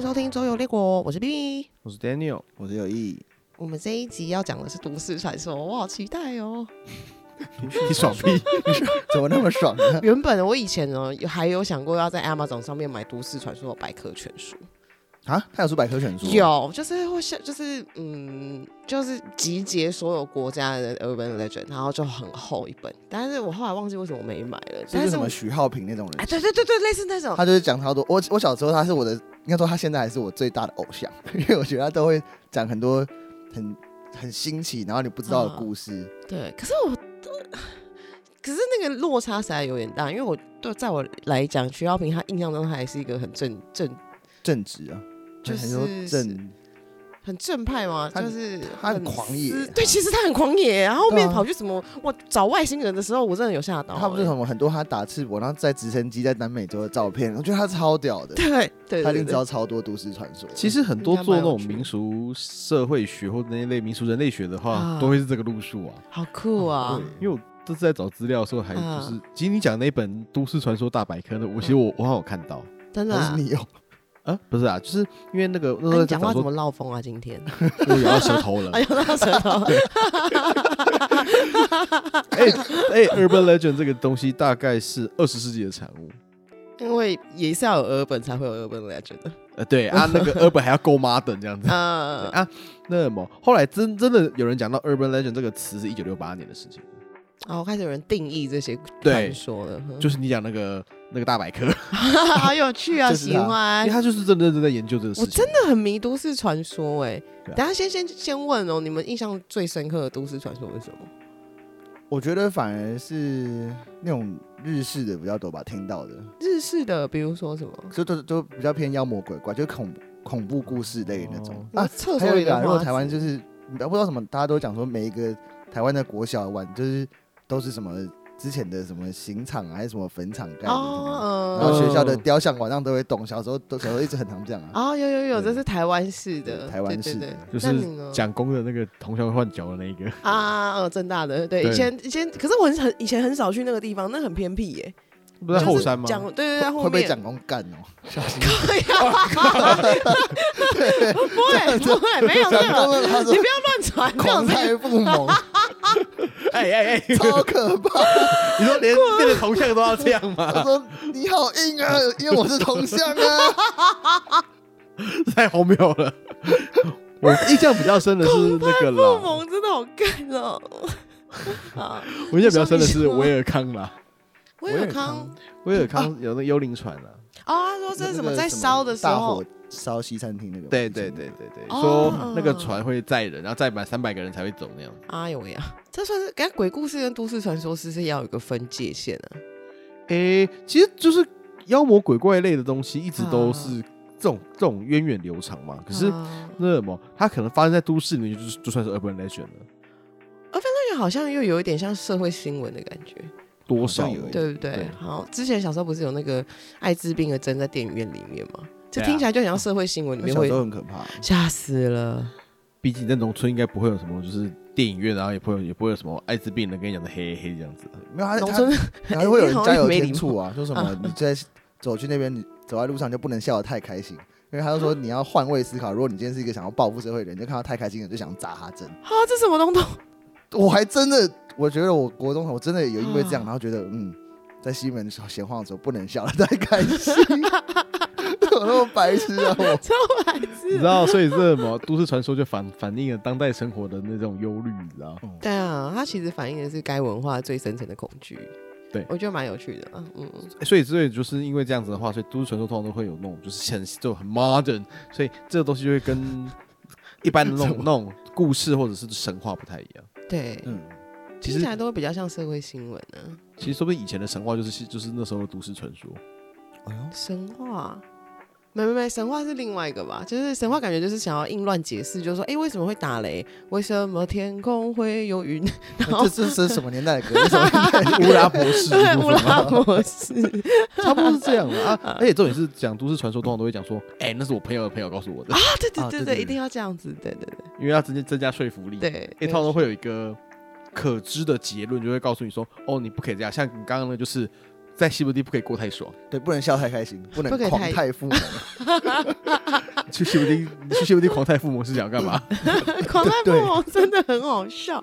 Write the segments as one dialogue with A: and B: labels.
A: 收听《周游列国》，我是 B B。
B: 我是 Daniel，
C: 我是有意，
A: 我们这一集要讲的是都市传说，我好期待哦！？
B: 你爽屁！
C: 怎么那么爽呢
A: 原本我以前呢还有想过要在 Amazon 上面买都市传说的百科全书，
C: 啊，他有出百科全书，，
A: 有就是会像就是嗯就是集结所有国家的 urban legend，然后就很厚一本，但是我后来忘记为什么没买了，
C: 是不
A: 但
C: 是
A: 是
C: 什
A: 我啊
C: 么徐浩平那种
A: 哎
C: 人？
A: 对对对对，类似那种
C: 他就是讲超多。我我小时候他是我的，应该说他现在还是我最大的偶像，因为我觉得他都会讲很多很很新奇，然后你不知道
A: 嗯
C: 的故事。
A: 对，可是我，可是那个落差实在有点大，因为我对在我来讲，徐耀平他印象中他还是一个很正正
C: 正直啊，
A: 就
C: 很多
A: 是
C: 正，
A: 很正派嘛，
C: 嗯他
A: 就是
C: 他很狂野
A: 私
C: 啊
A: 对，其实他很狂野，然后后面
C: 对啊
A: 跑去什么哇找外星人的时候，我真的有吓到欸、
C: 他不是什么很多他打赤膊，然后在直升机在南美洲的照片，我觉得他超屌 的，
A: 对对对
C: 他一定知
A: 对
C: 道超多都市传说。
B: 其实很多做那种民俗社会学或者那一类民俗人类学的
A: 啊
B: 话，都会是这个路数啊。
A: 好酷啊！
C: 对
B: 因为我这次在找资料的时候，还就是，其实你讲那本《都市传说大百科》呢，我
A: 嗯
B: 其实我我好像有看到
A: 真的、
C: 还
A: 啊
C: 是。你有，
B: 啊，不是啊，就是因为那个
A: 啊
B: 那时候
A: 你
B: 在
A: 讲话
B: 找
A: 怎
B: 说
A: 么漏风啊？今天，
B: 我咬到舌头了
A: 哎，呦，那舌头，
B: 哎哎，Urban Legend 这个东西大概是二十世纪的产物。
A: 因为也是要有 urban 才会有 urban legend 的
B: 呃，对啊，那 个 Urban 还要够 modern 这样子。对
A: 啊
B: 啊，那么后来真真的有人讲到 Urban Legend 这个词是一九六八年的事情，
A: 然后开始有人定义这些
B: 对
A: 传说了，哼
B: 就是你讲那个那个大百科，
A: 好有趣啊，
C: 就是
A: 喜
C: 他
B: 因
A: 欢
B: 为。他就是真的认真在研究这个事
A: 我
B: 情。
A: 真的很迷都市传说哎、
B: 对啊
A: 等一下先先先问哦，你们印象最深刻的都市传说是什么？
C: 我觉得反而是那种日式的比较多吧，听到的。
A: 日式的，比如说什么？
C: 就都都比较偏妖魔鬼怪，就是恐恐怖故事类那种、
A: 我
C: 啊。
A: 厕
C: 还
A: 所
C: 有
A: 里
C: 一个
A: 的
C: 啊，如
A: 花
C: 果
A: 子
C: 台湾就是你不知道什么，大家都讲说每一个台湾的国小玩就是都是什么之前的什么刑场啊，还是什么坟场盖的什么
A: 哦，
C: 然后学校的雕像晚上都会动，小时候都小时候一直很常这样啊。
A: 哦，有有有，
C: 对
A: 这是台湾式的，
C: 台湾式
A: 对对
C: 的
A: 对
B: 就
A: 那你
B: 是
A: 呢
B: 讲公的那个同学会换脚的那一个，
A: 啊，呃，正大的，对，
B: 对
A: 以前以前，可是我很很以前很少去那个地方，那很偏僻耶，
B: 不是在
A: 就是
B: 后山吗？
A: 讲对对对，
C: 会
A: 后
C: 会被
A: 面
C: 蒋公干哦，
A: 对呀， 不会不会，没有
C: 蒋
A: 这个，
C: 公的他
A: 你不
C: 说
A: 要乱传，没有
C: 狂
A: 这个，
C: 财 不猛，
B: 哎哎哎，
C: 超可怕。
B: 你说连变个铜像都要这样
C: 他
B: 吗？
C: 说你好 硬啊，因为我是铜像啊。
B: 太荒谬了。我印象比较深的是那个
A: 不
B: 啦，
A: 萌真的好干 哦。啊，
B: 我印象比较深的
A: 你
B: 是
A: 说啊
B: 威尔康啦，
A: 威尔康
B: 威尔康有那个幽灵船啊啦。
A: 哦， 他说这是什么在烧的时
C: 大
A: 候
C: 火烧西餐厅那个？
B: 对对对对对，
A: 哦
B: 说那个船会载人，然后载满三百个人才会走那样子。
A: 哎呦喂啊，这算是跟鬼故事跟都市传说是不是要有一个分界线啊？
B: 诶、其实就是妖魔鬼怪类的东西，一直都是这种、这种源远流长嘛。可是
A: 啊
B: 那么它可能发生在都市里面，就是就算是 urban legend 了，
A: 那个好像哦又有一点像社会新闻的感觉，
B: 多少
C: 好像有一点
A: 对不对
B: 对？
A: 好，之前小时候不是有那个艾滋病的针在电影院里面吗？这
B: 对啊
A: 听起来就很像社会新闻里面
C: 小
A: 会
C: 时候很可怕。
A: 吓死了。
B: 毕竟在农村应该不会有什么，就是电影院，然后啊也不会有也不会有什么艾滋病人跟你讲的嘿嘿嘿这样子。
C: 没有，他
A: 农
C: 他
A: 村
C: 然后会有
A: 你好像
C: 人加油
A: 没
C: 添
A: 礼
C: 醋啊，说什么
A: 啊
C: 你在走去那边，你走在路上就不能笑得太开心，因为他就说你要换位思考。如果你今天是一个想要报复社会的人，你就看到太开心了就想砸他针。
A: 啊，这什么东东？
C: 我还真的，我觉得我国中我真的有因为这样，
A: 啊
C: 然后觉得嗯，在西门闲晃的时候不能笑得太开心， 怎么那么白痴啊我？
A: 超白痴
B: 你知。道，所以这么都市传说就反反映了当代生活的那种忧虑，你知道？
A: 对啊，它其实反映的是该文化最深层的恐惧。
B: 对
A: 我觉得蛮有趣的啊。嗯，
B: 所以，所以就是因为这样子的话，所以都市传说通常都会有那种就是很就很 modern，所以这个东西就会跟一般的那 种那种故事或者是神话不太一样。
A: 对，
C: 嗯，
B: 其
A: 听起
B: 实
A: 来都会比较像社会新闻啊呢、
B: 其实说不定以前的神话就是就是那时候的都市传 说。
C: 哎呦，
A: 神话，没没没，神话是另外一个吧？就是神话感觉就是想要硬乱解释，就是说，哎、为什么会打雷？为什么天空会有云？然后
C: 这这是什么年代的歌？这是什么年代的歌
B: 乌拉博士，
A: 对乌拉博士，
B: 差不多是这样的啊。而且重点是讲都市传说，通常都会讲说，哎、那是我朋友的朋友告诉我的，
A: 啊，对对
C: 啊
A: 对
C: 对
A: 对，
C: 对
A: 一定要这样子，对对
B: 因为要增加增加说服力。
A: 对，对，
B: 哎、通常都会有一个可知的结论，就会告诉你说，哦，你不可以这样。像你刚刚呢，就是在西伯地不可以过太爽，
C: 对，不能笑太开心，不能
A: 不可以
C: 狂
A: 太
C: 太富能。
A: 啊
B: 去西伯地 你去西伯地狂太父母是想干嘛？
A: 狂爱
C: 对
A: 父王真的很好笑，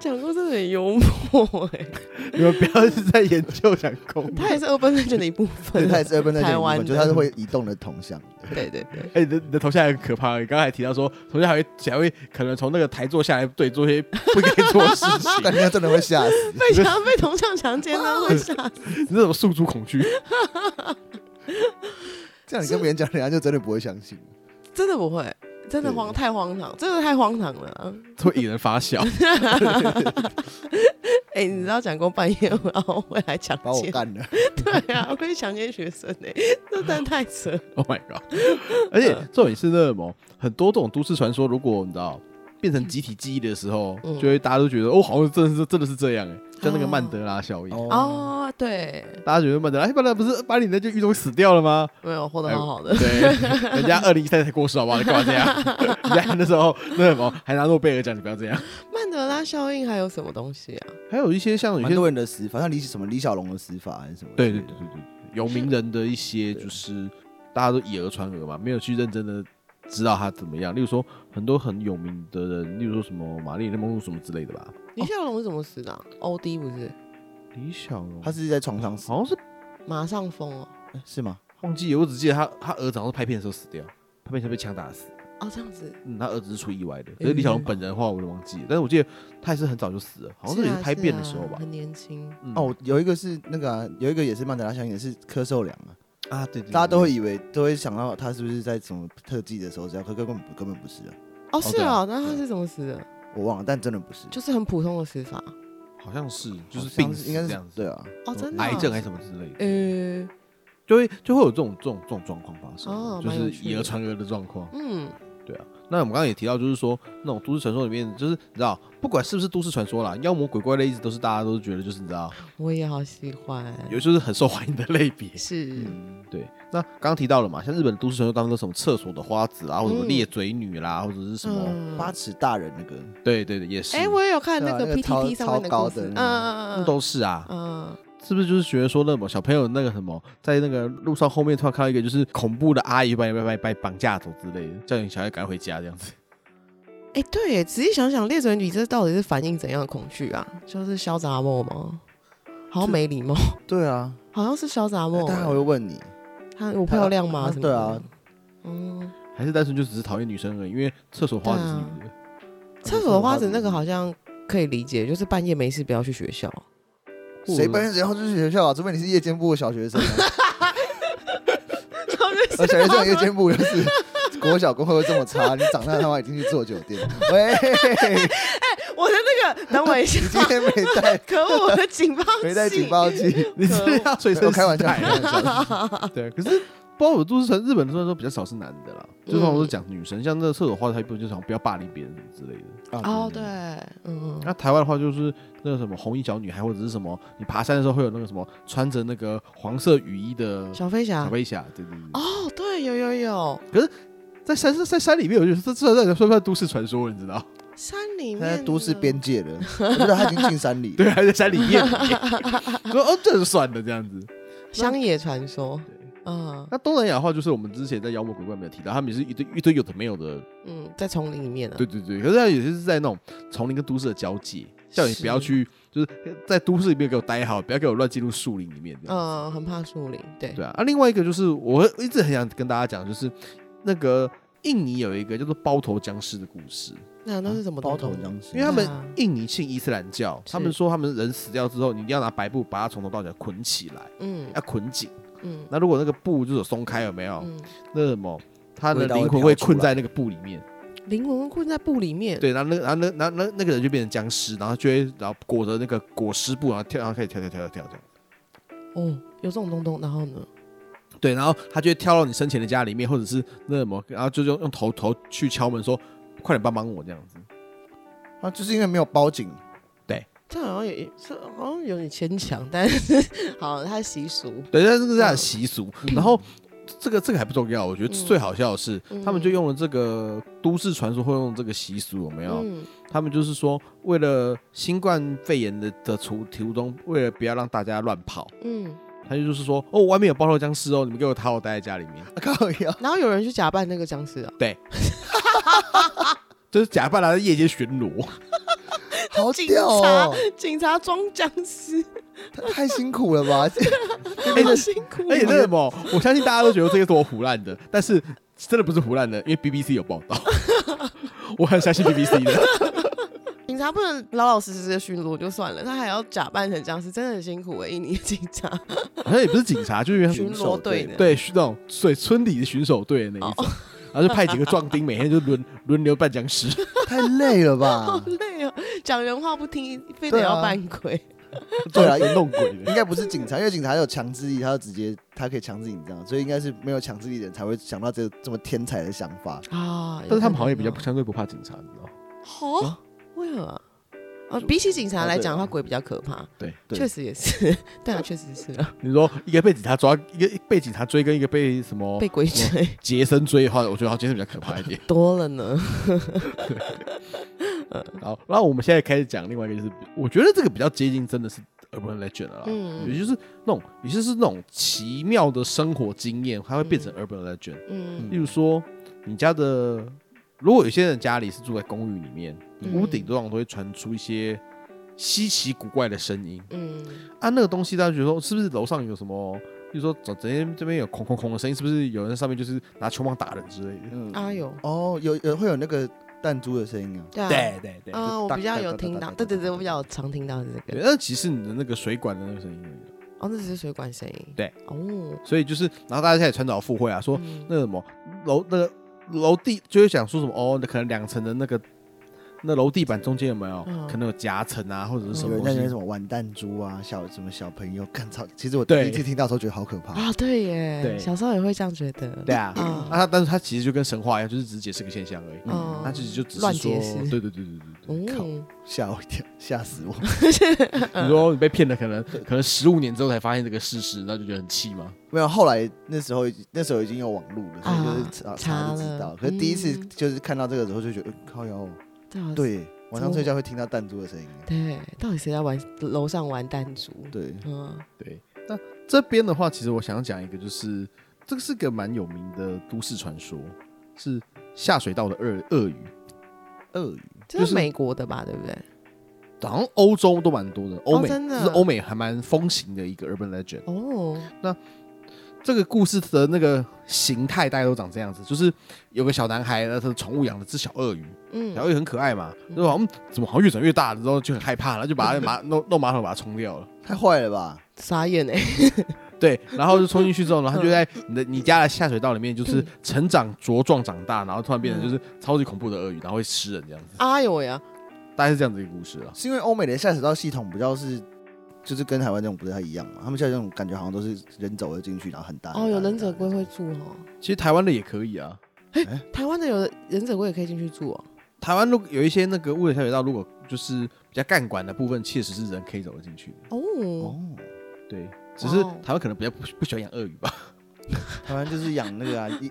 A: 蒋公真的很幽默哎、
B: 你们不要是在研究讲公。
A: 他也是 Urban Legend 的一部
C: 对，
A: 分。
C: 他也是 urban
A: 台
C: legend
A: 湾
C: 我
A: 的
C: 觉得他是会移动的铜像。
A: 对对对，
B: 哎、你的你的头像很可怕。你刚才提到说，头像还会还会可能从那个台座下来，对，做一些不该做的事
C: 但
B: 情，
C: 人家真的会吓 死，
A: 被强被同向强奸他会吓死。
B: 你那种诉诸恐惧。
C: 这样你跟别人讲，人家就真的不会相信。
A: 真的不会，真的荒太荒唐，真的太荒唐了、啊。
B: 会引人发笑。
A: 哎、你知道蒋公半夜 然后会来强
C: 把我
A: 奸，
C: 干了，
A: 对啊，会强奸学生哎、这真的太扯。
B: Oh my god！而且
A: 嗯
B: 重点是那什么，很多这种都市传说，如果你知道变成集体记忆的时候，
A: 嗯
B: 就会大家都觉得哦，好像真的是真的是这样哎，跟那个曼德拉效应。
C: 哦，
A: 哦，对，
B: 大家觉得曼德拉，哎，曼德拉不是把你那就狱中死掉了吗？哎
A: 没有活得好好的，
B: 对，人家二零一三才过世，好不好？你干嘛这样？ 人家那时候那什么还拿诺贝尔奖，你不要这样。
A: 曼德拉效应还有什么东西啊？
B: 还有一些像有
C: 蛮
B: 些
C: 多人的死法，像李什么李小龙的死法还是什么？
B: 对对对对对，对有名人的一些就是大家都以讹传讹嘛，没有去认真的知道他怎么样。例如说很多很有名的人，例如说什么玛丽莲梦露什么之类的吧。
A: 李小龙是怎么死的、啊？欧弟不是
B: 李小龙
C: 他
B: 他
C: 是在床上死，
B: 好像是
A: 马上疯哦。
C: 哎是吗？
B: 忘记了，我只记得他他儿子好像是拍片的时候死掉，拍片时候被枪打死。
A: 哦，这样子，
B: 嗯，他儿子是出意外的。可
A: 诶
B: 是李
C: 嗯
B: 小龙本人的话，我都忘记了，但是我记得他也是很早就死了，好像是也
A: 啊
B: 是拍片的时候吧
A: 啊。很年轻。
B: 嗯
C: 哦，有一个是那个啊，有一个也是曼德拉效应，也是柯受良啊，
B: 啊，对对，对
C: 大家都会以为都会想到他是不是在什么特技的时候这样，可根本不根本不是啊，
A: 哦，是
B: 对啊
A: 哦，那他是怎么死的？
C: 我忘了，但真的不是，
A: 就是很普通的死法。
B: 好像是就是
C: 好像
B: 病死
C: 应该
B: 这
C: 是
B: 样子，
C: 对啊，
A: 哦，真的、
B: 嗯癌症。还是什么之类
A: 呃，
B: 的，就会就会有这种这种这种状况发生，
A: 哦
B: 就
A: 蛮有
B: 是
A: 趣的
B: 以讹传讹的状况。
A: 嗯，
B: 对啊，那我们刚刚也提到，就是说那种都市传说里面，就是你知道，不管是不是都市传说啦，妖魔鬼怪类一直都是大家都觉得就是你知道，
A: 我也好喜欢。
B: 有就是很受欢迎的类别。
A: 嗯是，
C: 嗯，
B: 对，那刚刚提到了嘛，像日本的都市传说当中，什么厕所的花子啊，或者什么
A: 嗯
B: 裂嘴女啦，或者是什么，
A: 嗯
C: 八尺大人那个，
B: 对对对，也是，
A: 哎、我也有看
C: 对啊
A: 那个
C: 那个超
A: PTT 上面
C: 超高
A: 故事
C: 的，
A: 嗯
B: 那
A: 嗯嗯
B: 都是啊，
A: 嗯，
B: 是不是就是觉得说那么小朋友那个什么，在那个路上后面突然看到一个就是恐怖的阿姨把你把把把你绑架走之类的，叫你小孩赶快回家这样子。
A: 哎、对耶，仔细想想，猎嘴女这到底是反映怎样的恐惧啊？就是潇洒梦吗？好像没礼貌，
C: 对啊，
A: 好像是潇洒梦
C: 哎但他还
A: 欸。
C: 会问你，
A: 她我漂亮吗？
C: 她
A: 什么
C: 对
A: 的
C: 啊，
A: 嗯，
B: 还是单纯就只是讨厌女生而已，因为厕所花子是女的，
A: 厕所的花子那个好像可以理解，就是半夜没事不要去学 校。
C: 哦
A: 啊
C: 谁半夜谁要去学校啊？除非你是夜间部的小学生、啊， 而小学生有夜间部又是国小功课会这么差，你长大他妈已经去做酒店。喂，
A: 我的那个，等我一
C: 你今
A: 下，
C: 天没带
A: 可恶，我的警报器，
C: 没带警报器，
B: 你是要随身
C: 啊我开玩笑，
B: 携带
C: 开玩笑。
B: 对，可是包括都市传日本都市传说比较少是男的啦，
A: 嗯
B: 就是都是讲女生，像那个厕所花的它一部分就是好像不要霸凌别人什么之类的。
C: 啊
A: 哦，对，嗯，
B: 那台湾的话就是那个什么红衣小女孩或者是什么，你爬山的时候会有那个什么穿着那个黄色雨衣的
A: 小飞侠
B: 小，飞侠，对对对。
A: 哦，对，有有有，
B: 在山上在山里面，我觉得这这这算不算都市传说？你知道？
A: 山里面
C: 他在
A: 的
C: 都市边界了，我觉得他已经进山里了。
B: 对，啊还在山里 面。说哦，这就算了这样子。
A: 乡野传说，嗯
B: 那东南亚的话，就是我们之前在妖魔鬼怪没有提到，他们也是一堆一堆有的没有的
A: 嗯，在丛林里面啊，
B: 对对对，可是它有些是在那种丛林跟都市的交界，叫你不要
A: 是
B: 去，就是在都市里面给我待好，不要给我乱进入树林里面
C: 哦
B: 这样。
A: 嗯，很怕树林，对，
B: 对啊，啊，另外一个就是我会一直很想跟大家讲，就是那个印尼有一个叫做包头僵尸的故事，
A: 那那是什么
C: 啊包
A: 东西？
C: 头僵尸，
B: 因为他们
A: 对啊
B: 印尼信伊斯兰教，他们
A: 是
B: 说他们人死掉之后，你一定要拿白布把它从头到脚捆起来，
A: 嗯
B: 要捆紧。
A: 嗯
B: 那如果那个布就是有松开，有没有？
A: 嗯，
B: 那什么？他的
C: 味道会
B: 灵魂
C: 飘
B: 会
C: 出
B: 困
C: 来
B: 在那个布里面，
A: 灵魂困在布里面，
B: 对，然后那然后那然后那那个人就变成僵尸，然后就会然后裹着那个裹尸布，然后跳，然后开始跳跳跳跳跳跳。
A: 哦，有这种东东，然后呢？
B: 对，然后他就会跳到你生前的家里面，或者是那什么，然后就用用头头去敲门说：“快点帮帮我！”这样子。
C: 啊，就是因为没有包紧，
A: 这好像也是，好像有点牵强，但是 好，它是习俗，
B: 对，但是这是他的习俗。然后这个这个还不重要，我觉
A: 嗯
B: 得最好笑的是，
A: 嗯
B: 他们就用了这个都市传说，会用这个习俗，有没有？
A: 嗯，
B: 他们就是说，为了新冠肺炎的的途途中，为了不要让大家乱跑，
A: 嗯
B: 他就是说哦，外面有暴力僵尸哦，你们给我好好待在家里面，
C: 靠哦腰，
A: 然后有人去假扮那个僵尸啊，
B: 就是假扮他在夜间巡逻，
C: 好
A: 警
C: 屌哦！
A: 警察装僵尸，
C: 太太辛苦了吧？
B: 哎
A: 好辛苦。哦
B: 而且真的么，我相信大家都觉得这个是我胡乱的，但是真的不是胡乱的，因为 BBC 有报道， 我很相信 BBC 的。
A: 警察不能老老实实的巡逻就算了，他还要假扮成僵尸，真的很辛苦哎、印尼的警察。
B: 好像也不是警察，就是
A: 巡逻队的
B: 对，那种对村里的巡守队的那一种，然后就派几个壮丁，每天就轮轮流扮僵尸。
C: 太累了
A: 好
B: 啊
C: 吧？
A: 累哦，讲人话不听，非得
C: 对啊
A: 要扮鬼。
C: 对啊
B: 有弄鬼的
C: 应。该不是警察，因为警察有强制力，他就直接他可以强制你这样，所以应该是没有强制力的人才会想到这这么天才的想法。
A: 啊！
B: 但是他们好像也比较不相对不怕警察，你知道吗？
A: 好、
B: 啊
A: 为何啊？啊，比起警察来讲，
C: 啊对啊
A: 他鬼比较可怕。
B: 对哦
C: 对
A: 确实也是， 对啊，确实是啊，
B: 你说一个被警察抓，一个被警察追，跟一个被什么
A: 被鬼追
B: 杰森追的话，我觉得好像杰森比较可怕一点。
A: 多了呢。
B: 好，然后我们现在开始讲另外一个，就是我觉得这个比较接近真的是 urban legend 了啦，
A: 嗯
B: 也就是那种，也就是那种奇妙的生活经验，它会变成 urban legend。
A: 嗯
B: 例如说，你家的，如果有些人家里是住在公寓里面，
A: 嗯
B: 屋顶通常都会传出一些稀奇古怪的声音。
A: 嗯
B: 啊，那个东西大家觉得说，是不是楼上有什么？例如说，整整天这边有空空空的声音，是不是有人在上面就是拿球棒打人之类的？
C: 嗯，
A: 啊有，
C: 哦，有有会有那个弹珠的声音啊，
A: 对啊，
B: 对对
A: 嗯，我比较有听到，
C: 哒哒哒哒哒哒
A: 对对对，我比较常听到的这
B: 对，
A: 个。
B: 那其实你的那个水管的那个声音而已，
A: 哦，那只是水管声音。
B: 对，
A: 哦，
B: 所以就是，然后大家开始传导附会啊，说
A: 嗯
B: 那什么楼那个楼地就会想说什么哦，那可能两层的那个那楼地板中间有没有、
A: 嗯
B: 可能有夹层啊，或者是什
C: 嗯有
B: 么东
C: 人在那
B: 西
C: 边什？么玩弹珠啊，小什么小朋友干操，其实我第
B: 对
C: 一次听到的时候觉得好可怕。
A: 啊，对耶，
B: 对
A: 小时候也会这样觉得。
B: 对啊，
A: 嗯
B: 啊，它但是它其实就跟神话一样，就是只是解释个现象而已。
A: 嗯
B: 它其实就只
A: 乱
B: 是说
A: 解释，
B: 对对对对对对。靠，
A: 嗯，
C: 吓我一跳， 吓死我！
A: 哦
B: 你说你被骗了，可能可能十五年之后才发现这个事实，那就觉得很气吗？
C: 没有，后来那时候已那时候已经有网络了，所以就是查
A: 啊
C: 查就
A: 查了
C: 知道。可是第一次
A: 嗯
C: 就是看到这个时候就觉得，呃靠腰哦，
A: 对啊
C: 对，晚上睡觉会听到弹珠的声音。
A: 对，到底谁在玩楼上玩弹珠？
C: 对，
A: 嗯，
B: 对。那这边的话，其实我想讲一个，就是这个是个蛮有名的都市传说，是下水道的鳄鳄鱼。
C: 鳄鱼
A: 这
B: 就是是
A: 美国的吧？对不对？
B: 好像欧洲都蛮多的，欧
A: 哦
B: 美、
A: 真的啊
B: 就是欧美还蛮风行的一个 urban legend。
A: 哦，
B: 这个故事的那个形态大家都长这样子，就是有个小男孩，那他的宠物养了只小鳄鱼，
A: 嗯
B: 小，鳄鱼很可爱嘛，就好像嗯怎么好像越长越大了之后就很害怕了，就把它 马弄弄马桶把它冲掉了。
C: 太坏了吧？
A: 傻眼哎、
B: 对，然后就冲进去之
A: 嗯
B: 后，然后它就在你的你家的下水道里面，就是成长茁壮长大，然后突然变成就是
A: 嗯
B: 超级恐怖的鳄鱼，然后会吃人这样子，
A: 哎呦喂啊，
B: 大概是这样子一个故事啊。
C: 是因为欧美的下水道系统比较是，就是跟台湾那种不太一样嘛。他们下水道那种感觉好像都是人走了进去，然后很大。
A: 哦，有忍者龟
C: 龟
A: 会住哦，
B: 其实台湾的也可以啊，
A: 台湾的有忍者龟也可以进去住哦，
B: 台湾如果有一些那个物理下水道，如果就是比较干管的部分，确实是人可以走得进去的。
A: 哦，
C: 哦，
B: 对，只是
A: 哇哦
B: 台湾可能比较不不喜欢养鳄鱼吧。
C: 台湾就是养那个啊，一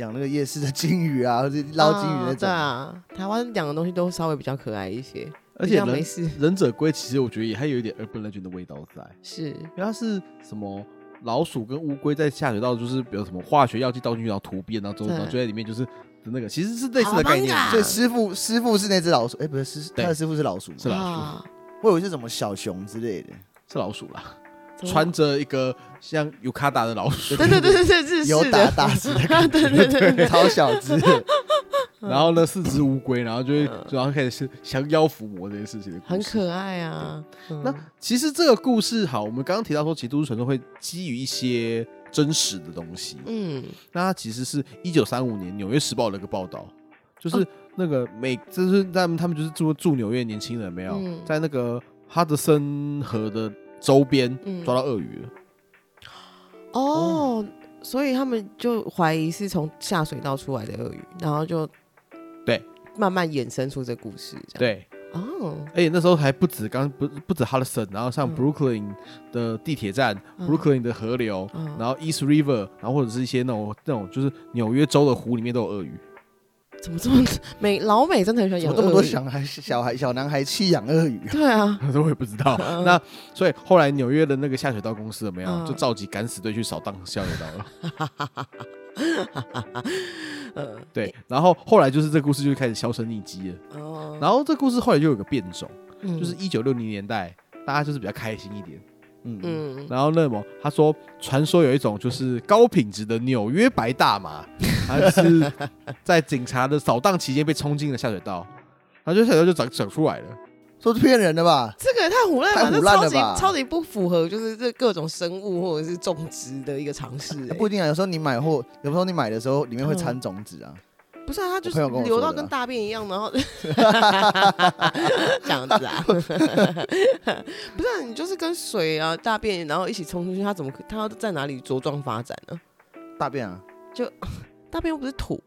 C: 养那个夜市的金鱼啊，或者捞金鱼那
A: 啊对
C: 种。
A: 啊，台湾养的东西都稍微比较可爱一些，
B: 而
A: 比
B: 且
A: 较没
B: 忍
A: 事，
B: 忍者龟其实我觉得也还有一点 urban legend 的味道在，
A: 是
B: 因为它是什么老鼠跟乌龟在下水道，就是比如什么化学药剂倒进去，然后突变，然后之后
A: 对啊
B: 然后就在里面就是的那个，其实是类似的概念，
A: Cowabunga
C: 所以师傅师傅是那只老鼠，哎、不是师
B: 对
C: 他的师傅是老鼠吗？
B: 是老鼠
A: 啊，
C: 我以为是什么小熊之类的，
B: 是老鼠啦，
A: 怎么
B: 穿着一个像尤卡达的老鼠，
A: 对对对对对，日
C: 有
A: 式
C: 打
A: 的，
C: 打死的 感
A: 对对对
C: 觉，超小只 的，
B: 然后呢四只乌龟，然后就会
A: 嗯
B: 然后开始是降妖伏魔这件事情的故事，
A: 很可爱啊，嗯
B: 那其实这个故事好，我们刚刚提到说，其实都市传说会基于一些真实的东西。
A: 嗯，
B: 那它其实是一九三五年《纽约时报》的一个报道，
A: 哦
B: 就是那个美，就是他们他们就是住住纽约的年轻人有没有，
A: 嗯
B: 在那个哈德森河的周边
A: 嗯
B: 抓到鳄鱼了。
A: 哦，所以他们就怀疑是从下水道出来的鳄鱼，然后就
B: 对
A: 慢慢衍生出这故事，这样
B: 对，
A: 哦，
B: 而且那时候还不止刚不不止哈德森，然后像
A: 嗯
B: Brooklyn 的地铁站、
A: 嗯
B: Brooklyn 的河流，
A: 嗯
B: 然后 East River，然后或者是一些那种那种就是纽约州的湖里面都有鳄鱼。
A: 怎么这 么美老美真的很喜欢
C: 怎
A: 养
C: 么这么多
A: 鳄鱼
C: 小孩、小孩、小男孩去养鳄鱼啊？
A: 对啊，
B: 这我也不知道。
A: 嗯
B: 那所以后来纽约的那个下水道公司怎么样？
A: 嗯
B: 就召集敢死队去扫荡下水道了。
A: 呃，
B: 对，然后后来就是这故事就开始销声匿迹了。
A: 哦，
B: 然后这故事后来就有个变种，
A: 嗯
B: 就是一九六零年代，大家就是比较开心一点。嗯嗯。
A: 嗯，
B: 然后那么他说，传说有一种就是高品质的纽约白大 麻，它是在警察的扫荡期间被冲进了下水道，然后就下水道就长长出来了。
C: 说是骗人的吧？
A: 这个也太胡乱了吧，
C: 太
A: 这
C: 胡乱
A: 超
C: 了
A: 级
C: 吧
A: 超级不符合，就是这各种生物或者是种植的一个尝试、欸。
C: 不一定啊，有时候你买货，有时候你买的时候里面会掺种子啊。
A: 不是啊，它就是
C: 我朋友跟我
A: 流
C: 说
A: 到
C: 的
A: 跟大便一样， 然后这样子啊， 不是啊、你就是跟水啊、大便然后一起冲出去，它怎么可它要在哪里茁壮发展呢？
C: 大便啊，
A: 大便又不是土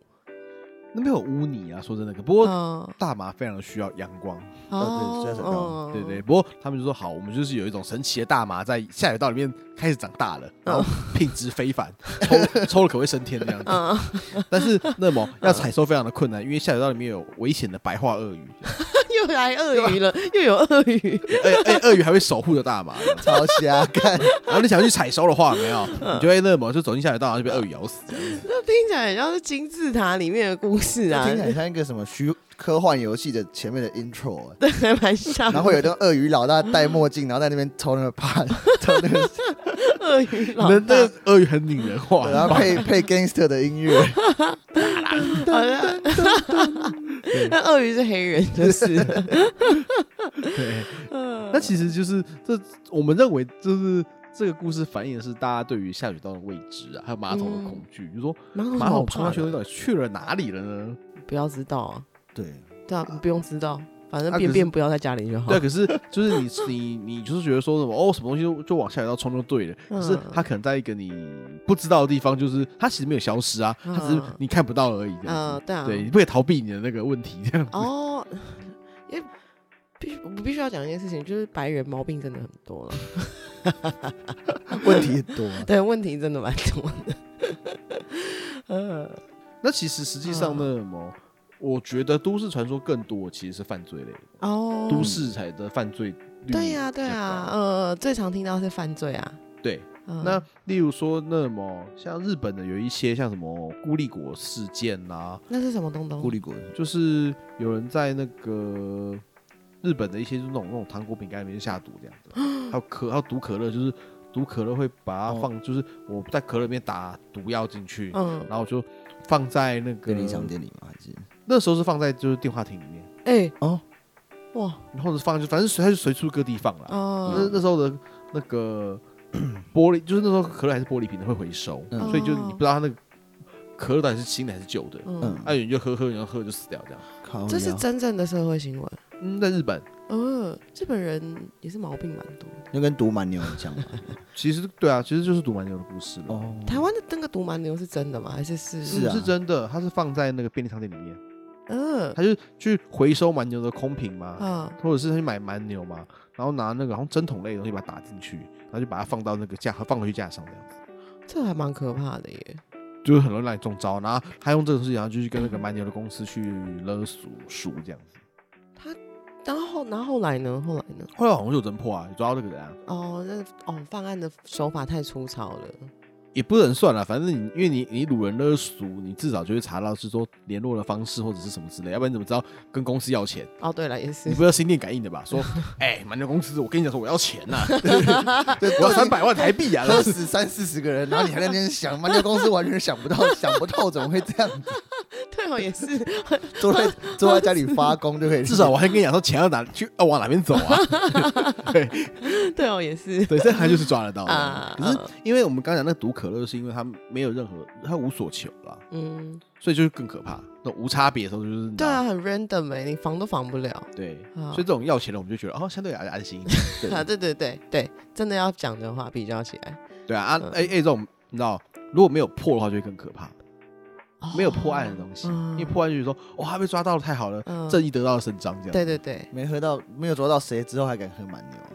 B: 那边有污泥啊，说真的，不过
A: 啊，
B: 大麻非常的需要阳光，
C: 哦对是在水道
A: 哦
B: 对对。不过他们就说好，我们就是有一种神奇的大麻在下水道里面开始长大了，然后品质 非凡，抽抽了可会升天这样子。
A: 嗯，
B: 但是那么要采收非常的困难，因为下水道里面有危险的白化鳄鱼，
A: 又来鳄鱼了，又有鳄鱼，
B: 而而哎鳄鱼还会守护着大麻。
C: 超瞎干。
B: 然后你想去采收的话，有没有，
A: 嗯
B: 你就会那么就走进下水道，然后就被鳄鱼咬死这样子。
A: 这听起来很像是金字塔里面的故事啊，
C: 听起来很像一个什么虚科幻游戏的前面的 intro，欸、
A: 对，还蛮像的。
C: 然后会有一个鳄鱼老大戴墨镜，然后在那边抽那个 盘，抽那个，
A: 鳄鱼老
B: 那
A: 大
B: 那个鳄鱼很拟人化，
C: 然后配配 gangster 的音乐，
A: 好像 那鳄鱼是黑人，就是了
B: 对。
A: 嗯
B: 那其实就是这，我们认为就是这个故事反映的是大家对于下水道的未知啊，还有马桶的
A: 嗯
B: 恐惧，就是说马
A: 蛮
B: 桶
A: 好
B: 冲
A: 怕
B: 下去
A: 的，
B: 到底去了哪里了呢？
A: 不要知道啊，
C: 对，
A: 对啊，不用知道，反正
B: 啊
A: 便
B: 可
A: 便
B: 是
A: 不要在家里就好
B: 对，。可是就是你你你就是觉得说什么哦，什么东西就就往下水道冲就对了，可是
A: 嗯
B: 它可能在一个你不知道的地方，就是它其实没有消失啊，它只是
A: 嗯
B: 你看不到而已，这样
A: 嗯
B: 子，
A: 对啊，
B: 对，你不可以逃避你的那个问题，这样子。
A: 哦， 因为必我必须要讲一件事情，就是白人毛病真的很多 了，
C: 问题很多。
A: 对，问题真的蛮多的。 呃，
B: 那其实实际上呢，什么？我觉得都市传说更多其实是犯罪类的，
A: 哦，
B: 都市才的犯罪率。
A: 对呀、对呀、呃，最常听到是犯罪啊。
B: 对，
A: 嗯
B: 那例如说，那么像日本的有一些像什么孤立果事件啊呐、
A: 那是什么东东？
C: 立国
B: 就是有人在那个日本的一些就是那种那种糖果饼干里面下毒这样子，还有可还有毒可乐，就是毒可乐会把它
C: 哦
B: 放，就是我在可乐里面打毒药进去，
A: 嗯，
B: 然后就放在那个
C: 店里吗？还是
B: 那时候是放在就是电话亭里面，
A: 哎、
C: 哦，
A: 哇，
B: 然后是放就反正随它就随处各地放了。
A: 哦、
B: 那那时候的那个 玻璃，就是那时候可乐还是玻璃瓶的会回收，
C: 嗯
B: 所以就你
A: 哦
B: 不知道它那个可乐到底是新的还是旧的，啊
A: 嗯，
B: 那、有人就喝喝，然后喝就死掉这样。
C: 靠
A: 这是
C: 腰
A: 真正的社会新闻。
B: 嗯，在日本
A: 呃，日本人也是毛病蛮多的。
C: 就跟毒蛮牛很像嘛。
B: 其实对啊，其实就是毒蛮牛的故事了。
C: 哦，
A: 台湾的那个毒蛮牛是真的吗？还是是
C: 是啊
B: 是真的，它是放在那个便利商店里面，
C: 呃
A: 嗯
B: 他就去回收蛮牛的空瓶嘛，
A: 啊
B: 或者是他去买蛮牛嘛，然后拿那个好像针筒类的东西把它打进去，然后就把它放到那个架，放回去架上这样子，
A: 这还蛮可怕的耶。
B: 就是很容易让你中招。然后他用这个事情，然后就去跟那个蛮牛的公司去勒索赎这样子。
A: 然后，然后后来呢？后来呢？
B: 后来好像就有侦破啊，有抓到这个人啊，
A: 哦，那哦，犯案的手法太粗糙了。
B: 也不能算了，反正你因为你你掳人勒赎，你至少就会查到是说联络的方式或者是什么之类，要不然你怎么知道跟公司要钱？
A: 哦，对了，也是
B: 你不要心电感应的吧？说，哎、蛮牛公司，我跟你讲说我要钱 呐、
C: 对，
B: 我要三百万台币啊！
C: 喝死三四十个人，然后你还在那边想，妈，这公司完全想不到，想不透怎么会这样子？
A: 对哦，也是。
C: 坐在坐在家里发功就可以，
B: 至少我还跟你讲说钱要哪去，要往哪边走 啊？
A: 对哦，也是。
B: 对，这还就是抓得到的
A: 啊。
B: 可是因为我们刚讲那毒可乐，是因为它没有任何，它无所求啦，
A: 嗯，
B: 所以就是更可怕。那种无差别的时候就是
A: 对啊，很 random 哎，你防都防不了。
B: 对，
A: 啊
B: 所以这种要钱的我们就觉得哦，相对安 安心一点。
A: 啊，对对对对，真的要讲的话，比较起来，
B: 对啊，啊
A: 嗯，
B: 哎哎，这种你知道，如果没有破的话，就会更可怕。
A: 哦
B: 没有破案的东西，
A: 嗯
B: 因为破案就是说，哇，他被抓到了，太好了，
A: 嗯
B: 正义得到了伸张，这样。
A: 对对对，
C: 没喝到，没有抓到谁之后还敢喝蛮牛啊？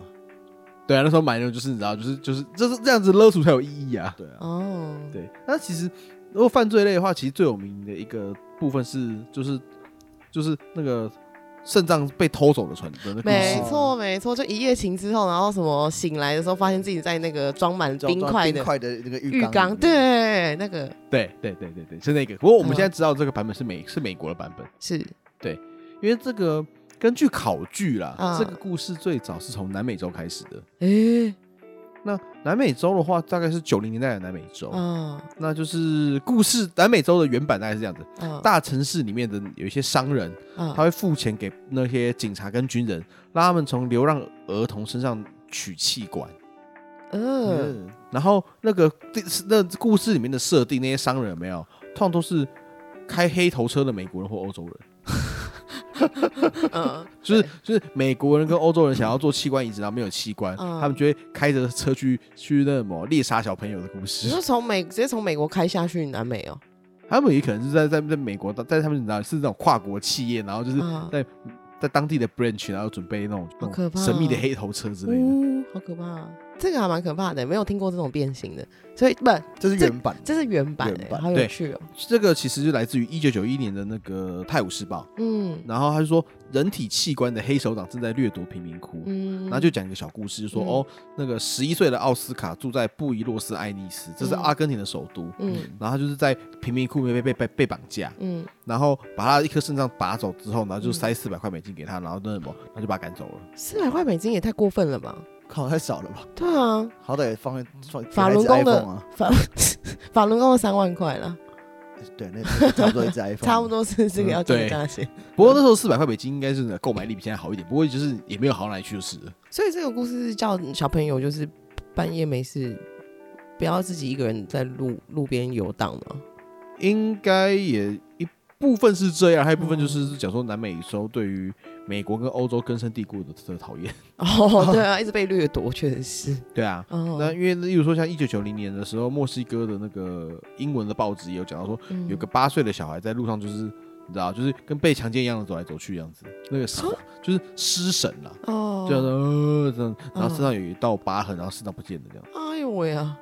B: 对啊，那时候买牛就是你知道，就是就是这是这样子勒索才有意义啊。
C: 对啊，
A: 哦，
B: 对，那其实如果犯罪类的话，其实最有名的一个部分是，就是就是那个肾脏被偷走的传的那个故
A: 没
B: 事。
A: 错，没错，就一夜情之后，然后什么醒来的时候，发现自己在那个装满
C: 装
A: 冰块的
C: 冰块的那个
A: 浴
C: 浴
A: 缸，
C: 里面，
A: 对，那个
B: 对对对对对，是那个。不过我们
A: 嗯
B: 现在知道这个版本是美是美国的版本，
A: 是
B: 因为这个根据考据啦，
A: 嗯
B: 这个故事最早是从南美洲开始的。
A: 诶，
B: 那南美洲的话，大概是九零年代的南美洲，
A: 嗯
B: 那就是故事南美洲的原版大概是这样子：
A: 嗯
B: 大城市里面的有一些商人，他
A: 嗯，
B: 会付钱给那些警察跟军人，让他们从流浪儿童身上取器官。
A: 嗯，
C: 嗯
B: 然后那个第那故事里面的设定，那些商人有没有，通常都是开黑头车的美国人或欧洲人，
A: 嗯，
B: 就是
A: 对
B: 就是美国人跟欧洲人想要做器官移植，然后没有器官，
A: 嗯
B: 他们就会开着车去去那什么猎杀小朋友的故
A: 你
B: 事。
A: 说从美直接从美国开下去南美哦，
B: 他们也可能是在在在美国，在他们你知道是那种跨国企业，然后就是
A: 嗯
B: 在在当地的 branch，然后准备那种
A: 好可怕哦
B: 神秘的黑头车之类的。
A: 呜，哦好可怕，这个还蛮可怕的，没有听过这种变形的，所以不，
C: 这是原版，
A: 这是原版
C: 原
A: 诶，
C: 版
A: 好有
B: 对
A: 趣哦，
B: 这个其实就来自于一九九一年的那个《泰晤士报》，
A: 嗯
B: 然后他就说人体器官的黑手党正在掠夺贫民窟。
A: 嗯，
B: 然后就讲一个小故事，就说、
A: 嗯
B: 哦，那个十一岁的奥斯卡住在布宜诺斯艾利斯，这是
A: 嗯
B: 阿根廷的首都。
A: 嗯
B: 然后他就是在贫民窟里面被被被被绑架，
A: 嗯
B: 然后把他一颗肾脏拔走之后，然后就塞四百块美金给他，然后那什么，他就把他赶走了。
A: 四百块美金也太过分了吧？
C: 靠，太少了吧？
A: 对啊，
C: 好歹也放放
A: 法
C: 给他一
A: 轮
C: 只
A: 功的
C: iPhone 啊，
A: 法 法轮功的三万块了，
C: 对，那那差不多一 只 iPhone，
A: 差不多是这个
B: 嗯
A: 要
B: 对
A: 增加些。
B: 不过那时候四百块美金应该是购买力比现在好一点，不过就是也没有好到哪里去就是了。
A: 所以这个故事是叫小朋友就是半夜没事，不要自己一个人在路路边游荡嘛。
B: 应该也一部分是这样，还有一部
A: 嗯
B: 分就是讲说南美洲对于美国跟欧洲根深蒂固的的讨厌。
A: 哦，对啊，一直被掠夺，确实是。
B: 对啊，
A: 哦，
B: 那因为例如说像一九九零年的时候，墨西哥的那个英文的报纸也有讲到说，
A: 嗯
B: 有个八岁的小孩在路上就是你知道，就是跟被强奸一样的走来走去这样子，那个是
A: 啊
B: 就是失神了、
A: 哦，
B: 就这样呃这样，然后
A: 嗯
B: 身上有一道疤痕，然后肾脏不见了这样。
A: 哎呦喂啊！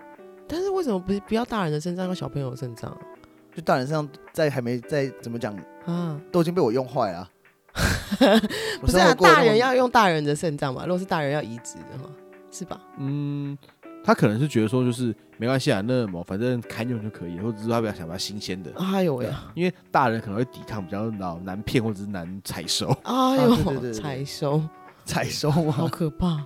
A: 但是为什么不不要大人的肾脏，要小朋友的肾脏
C: 就大人身上在还没在怎么讲，
A: 啊？
C: 都已经被我用坏了 啊。
A: 不是
C: 我生
A: 啊，
C: 活过得
A: 大
C: 那么
A: 人要用大人的肾脏嘛？如果是大人要移植的话，是吧？
B: 嗯，他可能是觉得说就是没关系啊，那么反正堪用就可以了，或者是他比较想把它新鲜的。
A: 哎呦喂啊！
B: 因为大人可能会抵抗，比较难难骗或者是难采收。
A: 哎
C: 啊对对对
A: 呦，
C: 对
A: 采 收
C: 采收
A: 好
C: 啊，
A: 可怕。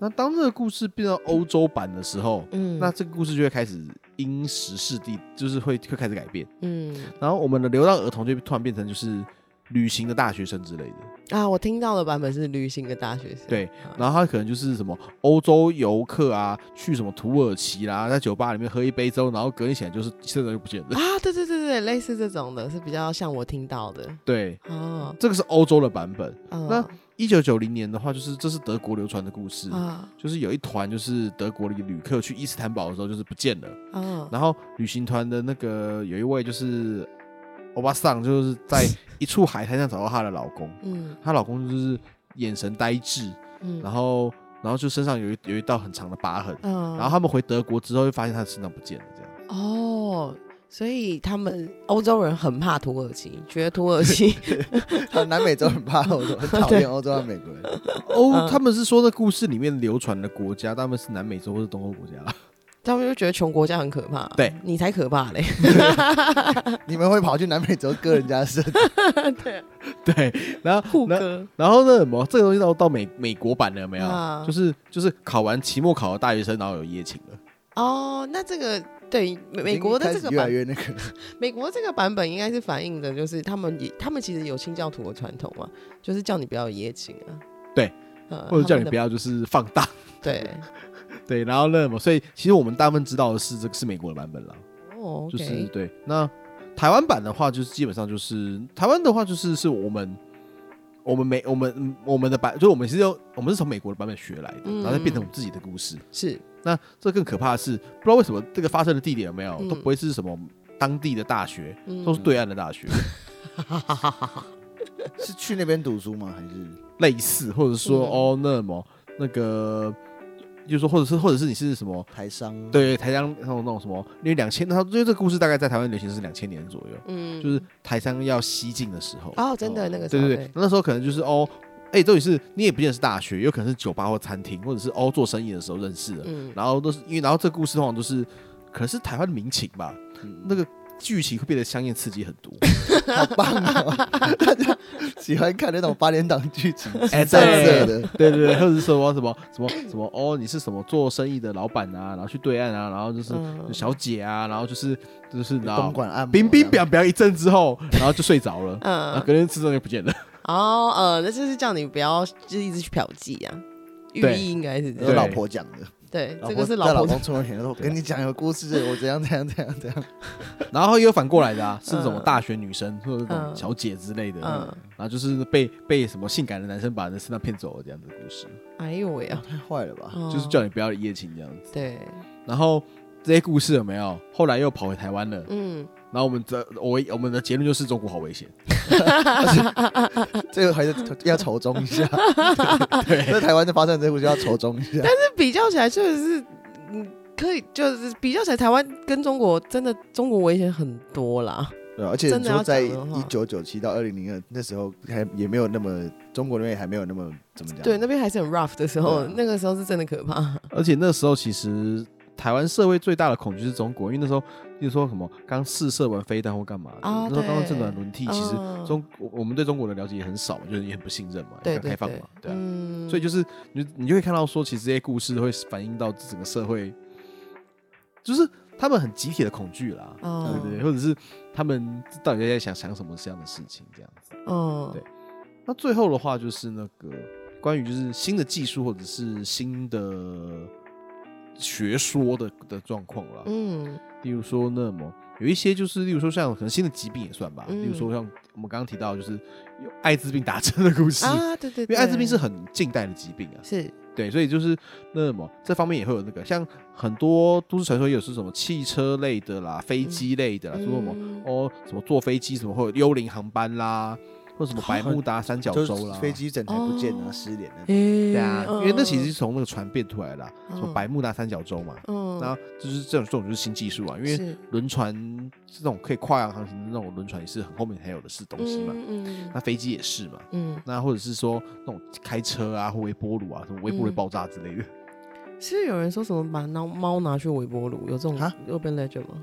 B: 那当这个故事变到欧洲版的时候，
A: 嗯，
B: 那这个故事就会开始因时势地，就是会会开始改变。
A: 嗯
B: 然后我们的流浪儿童就突然变成就是旅行的大学生之类的，
A: 啊，我听到的版本是旅行的大学生。
B: 对
A: 啊，
B: 然后他可能就是什么欧洲游客啊，去什么土耳其啦、在酒吧里面喝一杯之后，然后隔天起来就是现在就不见了。
A: 啊，对对对对，类似这种的是比较像我听到的
B: 对，
A: 哦。
B: 这个是欧洲的版本。
A: 嗯
B: 那一九九零年的话，就是这是德国流传的故事，
A: 啊
B: 就是有一团就是德国的旅客去伊斯坦堡的时候就是不见了，
A: 啊
B: 然后旅行团的那个有一位就是欧巴桑，就是在一处海滩上找到她的老公，
A: 嗯
B: 她老公就是眼神呆滞，
A: 嗯，
B: 然后然后就身上有一有一道很长的疤痕，
A: 嗯，
B: 然后他们回德国之后会发现他的身上不见了，这样。
A: 哦，所以他们欧洲人很怕土耳其，觉得土耳 其
C: 南美洲很怕欧洲，很讨厌欧洲和美国人。
B: 欧
A: 嗯
B: 哦他们是说那故事里面流传的国家，大部分是南美洲或是东欧国家啦。
A: 他们就觉得穷国家很可怕，
B: 对
A: 你才可怕嘞。
C: 你们会跑去南美洲割人家的肾？啊
B: 对，然后
A: 酷
B: 然后
A: 哥
B: 然后那什么，这个东西到到美美国版了有没有？
A: 啊
B: 就是就是考完期末考的大学生，然后有夜情了。
A: 哦，那这个对美美国的这
C: 已
A: 个
C: 经开始
A: 版，
C: 越来越 那个了，
A: 美国这个版本应该是反映的，就是他们也他们其实有清教徒的传统嘛，就是叫你不要有夜情啊，
B: 对
A: 呃，
B: 或者叫
A: 他们
B: 你
A: 的
B: 不要就是放大。
A: 对
B: 对，然后那什么，所以其实我们大部分知道的是这个是美国的版本了，
A: 哦，
B: 就是
A: OK
B: 对。那台湾版的话，就是基本上就是台湾的话，就是是我们我们美我们嗯我们的版，就是我们是用我们是从美国的版本学来的，
A: 嗯
B: 然后再变成我们自己的故事。
A: 是
B: 那这更可怕的是，不知道为什么这个发生的地点有没有、
A: 嗯
B: 都不会是什么当地的大学，
A: 嗯
B: 都是对岸的大学，
C: 是去那边读书吗？还是
B: 类似或者说、
A: 嗯
B: 哦那什么那个就是说或者是或者是你是什么？
C: 台商，
B: 对，台商那种那种什么，因为两千，他因为这个故事大概在台湾流行是两千年左右，
A: 嗯，
B: 就是台商要西进的时候。
A: 哦，真的那个时
B: 对
A: 候
B: 对对，，那时候可能就是哦，哎、这里是你也不见得是大学，有可能是酒吧或餐厅，或者是哦做生意的时候认识的，
A: 嗯，
B: 然后都是因为然后这故事通常都是可能是台湾的民情吧，
A: 嗯
B: 那个剧情会变得香艳刺激很 多。
C: 好棒啊！大家喜欢看那种八点档剧情，
B: 哎
C: 战
B: 对
C: 色的，
B: 对对对，或者是什么什么什么什么哦，你是什么做生意的老板啊，然后去对岸啊，然后就是
A: 嗯，
B: 小姐啊，然后就是就是然
C: 东
B: 后
C: 莞按摩，
B: 冰冰表表一阵之后，然后就睡着了然后
A: 嗯，
B: 隔天吃中就不见了。
A: 哦，呃，那就是叫你不要就是一直去嫖妓啊，寓
B: 对
A: 意应该是这
C: 有
A: 样，
C: 老婆讲的，
A: 对，
C: 老
A: 这个
C: 婆
A: 是
C: 在老
A: 婆
C: 公出门前说：“我跟你讲有故事，我怎样怎样怎样怎样。
B: 然后也有反过来的啊，是什么
A: 嗯
B: 大学女生或者那种
A: 嗯
B: 小姐之类的，
A: 嗯
B: 然后就是被被什么性感的男生把人身上骗走了这样子的故事，
A: 哎呦喂啊”，
C: 太坏了吧！
B: 就是叫你不要一夜情这样子。
A: 哦对，
B: 然后这些故事有没有？后来又跑回台湾了，
A: 嗯，
B: 然后我们这我我们的结论就是中国好危险。
C: 这个还是要仇中 一下。
B: 对
C: 在台湾就发生这个故事要仇中一下。
A: 但比较起来确实是，嗯，可以就是比较起来，台湾跟中国真的中国危险很多啦，
C: 对啊，而且
A: 真
C: 你
A: 的
C: 说
A: 要
C: 在
A: 讲的
C: 一
A: 话
C: 九九七到二零零二那时候，还也没有那么中国那边还没有那么怎么讲？
A: 对，那边还是很 rough 的时候
C: 对啊，
A: 那个时候是真的可怕，
B: 而且那时候其实台湾社会最大的恐惧是中国，因为那时候例如说什么刚试射完飞弹或干嘛的，
A: 哦
B: 那时候刚刚
A: 对
B: 政党轮替，其实
A: 嗯
B: 中我我们对中国的了解也很少嘛，就是也很不信任嘛，也
A: 对
B: 不
A: 对
B: 敢开放
A: 对
B: 嘛，，对啊。
A: 嗯，
B: 所以就是你你就会看到说，其实这些故事会反映到整个社会，就是他们很集体的恐惧啦，
A: 哦
B: 对不对？或者是他们到底在想想什么这样的事情这样子。
A: 嗯
B: 对，那最后的话就是那个关于就是新的技术或者是新的学说的的状况啦，
A: 嗯
B: 例如说那么有一些就是例如说像可能新的疾病也算吧，
A: 嗯
B: 例如说像我们刚刚提到就是有艾滋病打针的故事，
A: 啊，对对，
B: 因为艾滋病是
A: 对
B: 很近代的疾病啊，
A: 是
B: 对，所以就是那什么这方面也会有那个，像很多都市传说也有是什么汽车类的啦、飞机类的啦，说什么
A: 嗯
B: 哦什么坐飞机什么，或者幽灵航班啦，或者什么百慕达三角洲
C: 就
B: 啦，
C: 是飞机整台不见啊，
A: 哦
C: 失联了。
A: 对
B: 对啊，
A: 哦嗯
B: 因为那其实是从那个船变出来的啦，啊什么百慕达三角洲嘛，
A: 嗯，
B: 然后就是这种这种就是新技术啊，因为
A: 是
B: 轮船这种可以跨洋航行的那种轮船也是很后面才有的是东西嘛，
A: 嗯
B: 那飞机也是嘛。
A: 嗯
B: 那或者是说那种开车啊，或微波炉啊，什么微波炉会
A: 嗯
B: 爆炸之类的，
A: 嗯，是有人说什么把猫猫拿去微波炉，有这种
C: 啊
A: urban legend 吗？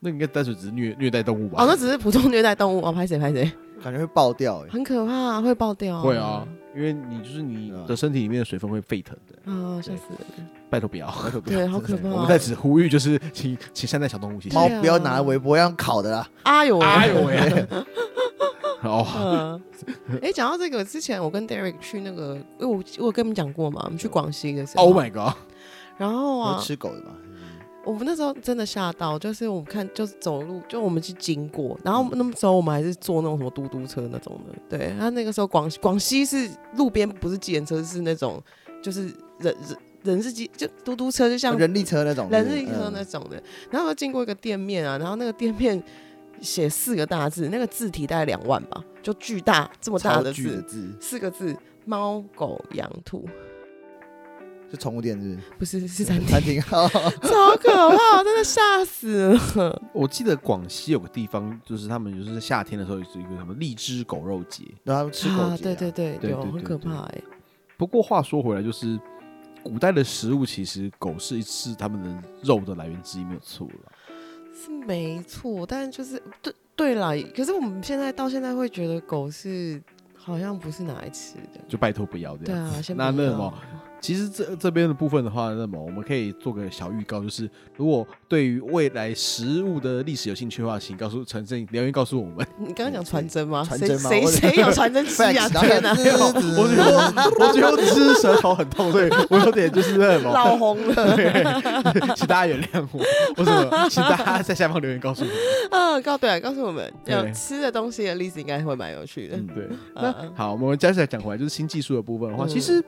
B: 那应该单纯只是虐虐待动物吧？
A: 哦，那只是普通虐待动物哦，拍谁拍 谁，
C: 感觉会爆掉哎、
A: 很可怕，会爆掉，
B: 会啊，因为你就是你
C: 对啊
B: 的身体里面的水分会沸腾的，
A: 啊，吓死人！
B: 拜托不要。
C: 欸，
A: 对好可怕
B: 我们在此呼吁，就是请请善待小动物，谢
A: 嗯
B: 谢
A: 猫。
C: 猫
A: 对啊
C: 不要拿微波，要用烤的啦。
A: 哎呦，
B: 哎呦喂！哦，
A: 嗯，哎，讲到这个，之前我跟 Derek 去那个，因为我我有跟你们讲过嘛，我们
C: 嗯
A: 去广西的时候
B: Oh my god！
A: 然后
C: 哦我
A: 啊
C: 是，吃狗的吧？
A: 我们那时候真的吓到，就是我们看就是走路，就我们去经过，然
C: 嗯
A: 后那时候我们还是坐那种什么嘟嘟车那种的，对，他那个时候广广西是路边不是计程车，是那种就是人人人是机就嘟嘟车，就像
C: 人力车那种，
A: 人
C: 是不
A: 是
C: 是
A: 一车那
C: 嗯
A: 种的。然后经过一个店面啊，然后那个店面写四个大字，那个字体大概两万吧，就巨大这么大
C: 超
A: 的
C: 巨的
A: 字，
C: 字，
A: 四个字：猫狗羊兔，
C: 嗯是宠物店是不是？
A: 不是是餐厅，
C: 餐厅， 哦
A: 超可怕，真的吓死了。
B: 我记得广西有个地方，就是他们就是夏天的时候，有一个什么荔枝狗肉节。
C: 对他们吃狗节、
A: 啊，对对，对，
B: 对
A: 有
B: 对
A: 很
B: 对
A: 可
B: 对
A: 怕哎、
B: 不过话说回来，就是古代的食物，其实狗是是他们的肉的来源之一，没有错了。
A: 是没错，但就是对对啦，可是我们现在到现在会觉得狗是好像不是拿来吃的，
B: 就拜托不要这样
A: 对。啊，先
B: 那
A: 不
B: 那
A: 要
B: 什么其实这这边的部分的话，那么我们可以做个小预告，就是如果对于未来食物的历史有兴趣的话，请告诉陈正留言告诉我们。
A: 你刚刚讲传真吗？
C: 传
A: 谁
C: 真吗
A: 谁
C: 我
A: 谁有传真机啊？
C: Fax，然后
A: 天哪！
C: 滋滋 滋
B: 我觉得 我觉得我只是舌头很痛，所以我有点就是那什么，
A: 老红了，
B: 对 请大家原谅我。我什么？请大家在下方留言告诉我们。
A: 嗯，告对啊，告诉我们
B: 对
A: 有吃的东西的例子应该会蛮有趣的。
C: 嗯
B: 对，
A: 嗯
B: 那好，我们接下来讲回来，就是新技术的部分的话，
A: 嗯
B: 其实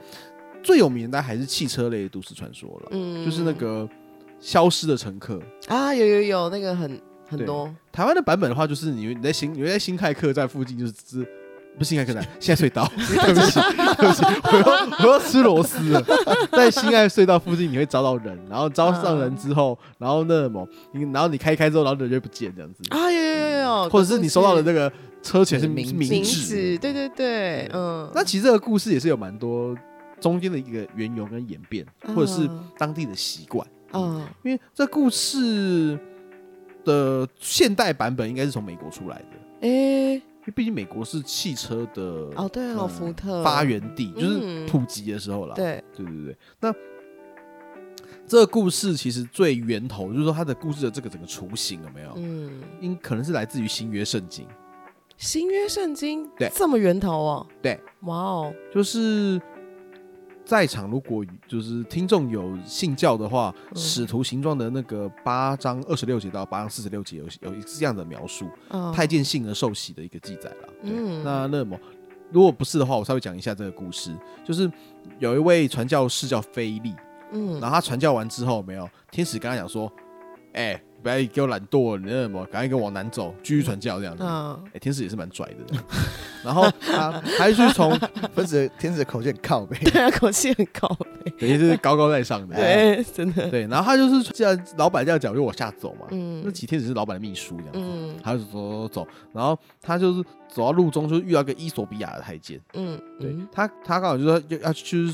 B: 最有名的大概还是汽车类的都市传说了，
A: 嗯
B: 就是那个消失的乘客。
A: 啊，有有有，那个很很
B: 对
A: 多，
B: 台湾的版本的话，就是你你在新你在新泰客站附近，就是只不是性爱客栈，性爱隧道。对不起，对不起，我要我要吃螺丝了。 在性爱隧道附近，你会招到人，然后招上人之后，然后那什么，你然后你开一开之后，然后人就不见这样子，
A: 啊，有有有有，
B: 嗯或者是你收到的那个车钱是
C: 名
B: 是
A: 名
B: 明制。
A: 字，对对对，嗯，
B: 那其实这个故事也是有蛮多中间的一个缘由跟演变，或者是
A: 嗯
B: 当地的习惯。
A: 嗯
B: 因为这故事的现代版本应该是从美国出来的，
A: 诶，
B: 因为毕竟美国是汽车的
A: 哦对哦，
B: 嗯
A: 福特
B: 发源地，就是
A: 嗯
B: 普及的时候啦。
A: 对，
B: 对对对，那这个故事其实最源头就是说它的故事的这个整个雏形有没有？
A: 嗯，
B: 因可能是来自于新约圣经，
A: 新约圣经
B: 对
A: 这么源头哦，
B: 对，
A: 哇哦，
B: 就是在场如果就是听众有信教的话，
A: 嗯
B: 使徒行状》的那个八章二十六节到八章四十六节有有一这样的描述，
A: 嗯
B: 太监信而受洗的一个记载啦。对，
A: 嗯
B: 那那么如果不是的话，我稍微讲一下这个故事，就是有一位传教士叫菲利，
A: 嗯
B: 然后他传教完之后，没有天使跟他讲说：“哎、不要给我懒惰了，你那什么，赶快给我往南走，继续传教这样子。
A: 嗯
B: 哎、天使也是蛮拽的，然后他他就是从，
C: 天使天使的口就很靠背，
A: 对啊，口气很高，
B: 等于是高高在上 的，
A: 对，真的，
B: 对，然后他就是既然老板这样讲，就往下走嘛。
A: 嗯
B: 那几天只是老板的秘书这样子，
A: 嗯
B: 他就走走走，然后他就是走到路中，就是遇到一个伊索比亚的太监，
A: 嗯，
B: 对、
A: 嗯
B: 他，他刚好就说要要去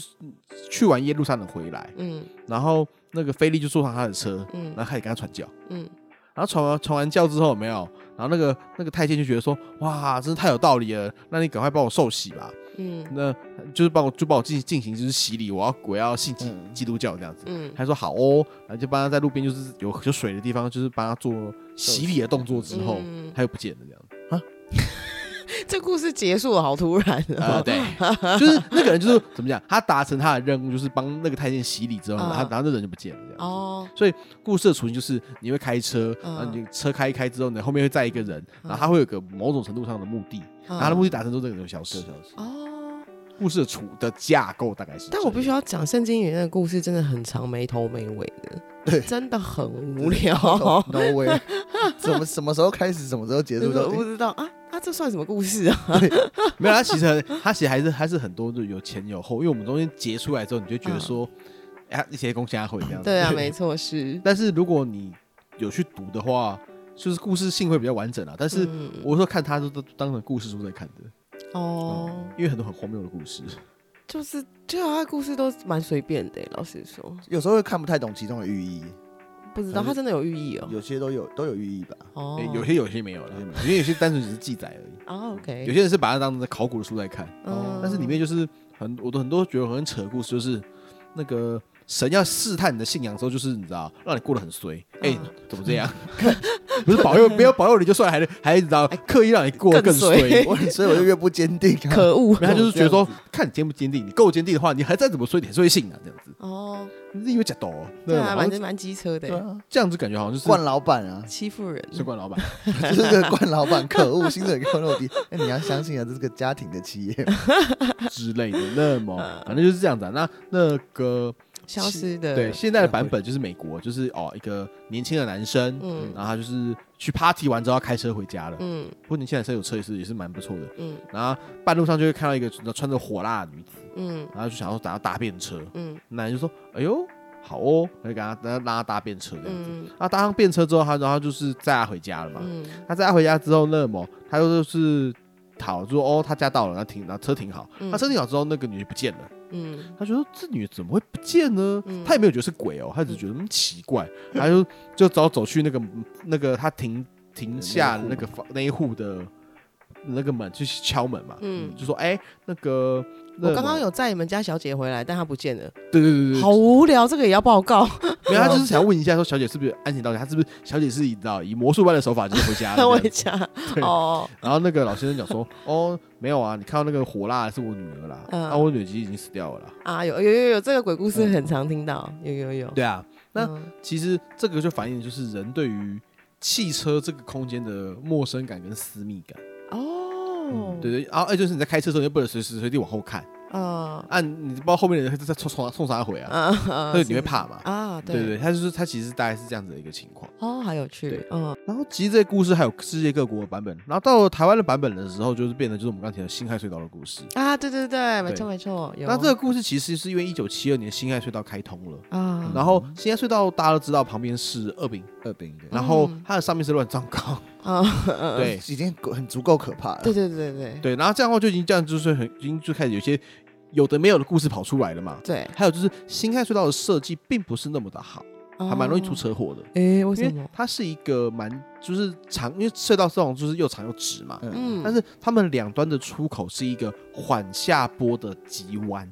B: 去完耶路撒冷回来，
A: 嗯
B: 然后那个菲利就坐上他的车，然
A: 嗯
B: 后开始跟他传教，
A: 嗯
B: 然后传完传完教之后有没有，然后那个那个太监就觉得说，哇，真是太有道理了，那你赶快帮我受洗吧，
A: 嗯
B: 那就是帮我就帮我进进行就是洗礼，我要我要信基
C: 嗯
B: 基督教这样子，
A: 嗯，
B: 他说好哦，然后就帮他在路边就是有有水的地方，就是帮他做洗礼的动作之后，
A: 嗯
B: 他又不见了这样子。
A: 这故事结束的好突然
B: 啊、
A: 啊，
B: 对，就是那个人就是怎么讲，他达成他的任务就是帮那个太监洗礼之后，
A: 嗯
B: 他然后那人就不见了这样子。
A: 哦，
B: 故事的雏形就是你会开车，
A: 嗯
B: 然后你车开一开之后呢，后面会载一个人，然后他会有个某种程度上的目
A: 嗯
B: 的，然后他的目的达成之后，这个人就消 失。
A: 哦。
B: 故事的雏的架构大概是这样，
A: 但我必须要讲，圣经里面的故事真的很长，没头没尾 的，
C: 对
A: 真的很无聊。
C: No way，怎 么什么时候开始，什么时候结
A: ，Oh，真
C: 束
A: 的
C: 都
A: 不知道啊啊，这算什么故事啊？
B: 没有，他其实很他其实还是还是很多就有前有后，因为我们中间截出来之后，你就觉得说，哎、一些公家会这样
A: 嗯
B: 子。
A: 对 啊，没错，是。
B: 但是如果你有去读的话，就是故事性会比较完整啊。但是
A: 嗯
B: 我说看它都都当成故事书在看的，
A: 哦，
B: 因为很多很荒谬的故事。
A: 就是就他的故事都蛮随便的，老实说，
C: 有时候会看不太懂其中的寓意，
A: 不知道
C: 反正
A: 他真的有寓意哦。
C: 有些都有都有寓意吧。
A: 哦
B: 嗯诶， 有些有些没有了，有些有些单纯只是记载而已。
A: 啊，OK，
B: 有些人是把它当成考古的书在看，
A: 嗯
B: 但是里面就是很我的很多觉得很扯的故事，就是那个神要试探你的信仰的时候，就是你知道让你过得很衰，哎、
A: 嗯
B: 怎么这 样？不是保佑没有保佑你就算，还还你知道刻意让你过得更
A: 更
B: 衰
A: 衰。
C: 我所以我就越不坚定、啊。
A: 可 恶
B: 然后他就是觉得 说
C: 这样，
B: 看你坚不坚定，你够坚定的话，你还再怎么衰，你还是会信啊，这样子。
A: 哦，
B: 你是因为假抖，
A: 对啊，
B: 好
A: 蛮
B: 像
A: 蛮机车
C: 对
A: 的，
C: 啊，
B: 这样子感觉好像就是
C: 冠老板啊，
A: 欺负人。
B: 是冠老板，
C: 就是这个冠老板，可恶，薪水给我那么 低。那你要相信啊，这是个家庭的企业。
B: 之类的。那 么反正就是这样子啊。那那
A: 嗯
B: 个
A: 消失的，
B: 对现在的版本就是美国，就是哦一个年轻的男生，
A: 嗯
B: 然后他就是去 party 完之后要开车回家了。
A: 嗯
B: 不过年轻男生有车也是也是蛮不错的。
A: 嗯
B: 然后半路上就会看到一个穿着火辣的女子，
A: 嗯
B: 然后就想要打搭便车，
A: 嗯
B: 那人就说：“哎呦，好哦。”然后就给他让他搭便车这样子。
A: 嗯
B: 那啊搭上便车之后，他然后就是载他回家了嘛。
A: 嗯
B: 他载他回家之后，那么他就是好说哦，他家到了，然后停，然后车停好，
A: 嗯
B: 他车停好之后，那个女的不见了。
A: 嗯
B: 他觉得这女的怎么会不见呢？
A: 嗯
B: 他也没有觉得是鬼哦，他只是觉得嗯奇怪，他就就早走去那个那个他停停下那个房那一户的那个门去敲门嘛，
A: 嗯，
B: 就说哎、那个那
A: 我
B: 个
A: 刚刚有载你们家小姐回来，但她不见了，
B: 对对对对，
A: 好无聊，这个也要报告。
B: 没有他就是想问一下说小姐是不是安全到家，她是不是小姐是你知道以魔术般的手法就是回家 了这样
A: 回
B: 子
A: 家
B: 对
A: 哦，
B: 然后那个老先生讲 说，哦，没有啊，你看到那个火辣的是我女儿啦，
A: 嗯
B: 啊，我女儿其实已经死掉了啦。
A: 啊，有有有有，这个鬼故事很常听到，有有有。
B: 对啊，那
A: 嗯
B: 其实这个就反映的就是人对于汽车这个空间的陌生感跟私密感。啊
A: 哦，嗯
B: 嗯对对，然后哎，就是你在开车的时候，你又不能随时随地往后看，
A: 啊
B: 啊，你不知道后面的人在冲冲送啥回啊，
A: 啊，
B: 所以你会怕嘛？
A: 啊，
B: 对
A: 对，
B: 对，他就是他其实大概是这样子的一个情况。
A: 哦，好有趣
B: 对，
A: 嗯，
B: 然后其实这个故事还有世界各国的版本，然后到了台湾的版本的时候，就是变成就是我们刚才提的辛亥隧道的故事。
A: 啊，对对对，没错
B: 对
A: 没错，有
B: 那这个故事其实是因为一九七二年辛亥隧道开通了，
A: 啊，
B: 然后辛亥隧道大家都知道旁边是二丙，
C: 二饼对，
B: 然后
A: 嗯
B: 它的上面是乱葬岗，
A: 啊，
B: 对
C: 哎已经很足够可怕了。
A: 对对对对
B: 对，然后这样的话就已经这样就是很已经就开始有一些有的没有的故事跑出来了嘛。
A: 对，
B: 还有就是辛亥隧道的设计并不是那么的好，还蛮容易出车祸的，
A: 哦。诶，为
B: 因
A: 什
B: 为
A: 么？
B: 它是一个蛮就是长，因为隧道这种就是又长又直嘛，
A: 嗯，
B: 但是他们两端的出口是一个缓下坡的急弯，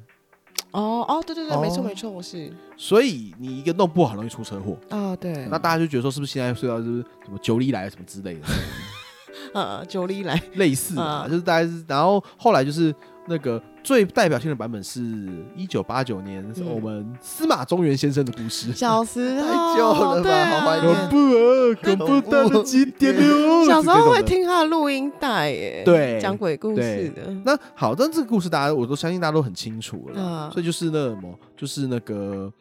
A: 哦哦，对对对，没错
C: 哦
A: 没错，我是
B: 所以你一个弄不好容易出车祸。
A: 啊，对，
B: 那大家就觉得说，是不是现在隧道就是什么九里来什么之类的，
A: 呃，九力来
B: 类似啊，
A: 嗯
B: 就是大概是。然后后来就是那个最代表性的版本是一九八九年
A: 嗯
B: 我们司马中原先生的故事。
A: 小时候，
C: 太旧了吧
A: 对啊
C: 好怀
B: 恐
C: 念
B: 怖啊！恐怖到了极点了。
A: 小时
B: 就这
A: 候
B: 种
A: 会
B: 的。
A: 听他的录音带耶，
B: 对
A: 讲鬼故事的，
B: 那好，但这个故事大家我都相信大家都很清楚了啦，
A: 嗯
B: 所以就是那什么，就是那个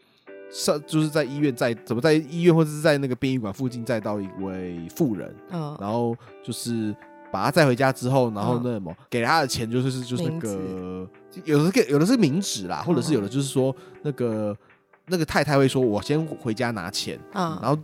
B: 上就是在医院在怎么在医院或者是在那个殡仪馆附近载到一位妇人，
A: 嗯，
B: 然后就是把他载回家之后，然后
A: 嗯
B: 那什么、给他的钱就是是就是那
A: 冥
B: 个有的是给有的是冥纸啦，或者是有的就是说那个那个太太会说我先回家拿钱，
A: 啊，
B: 然后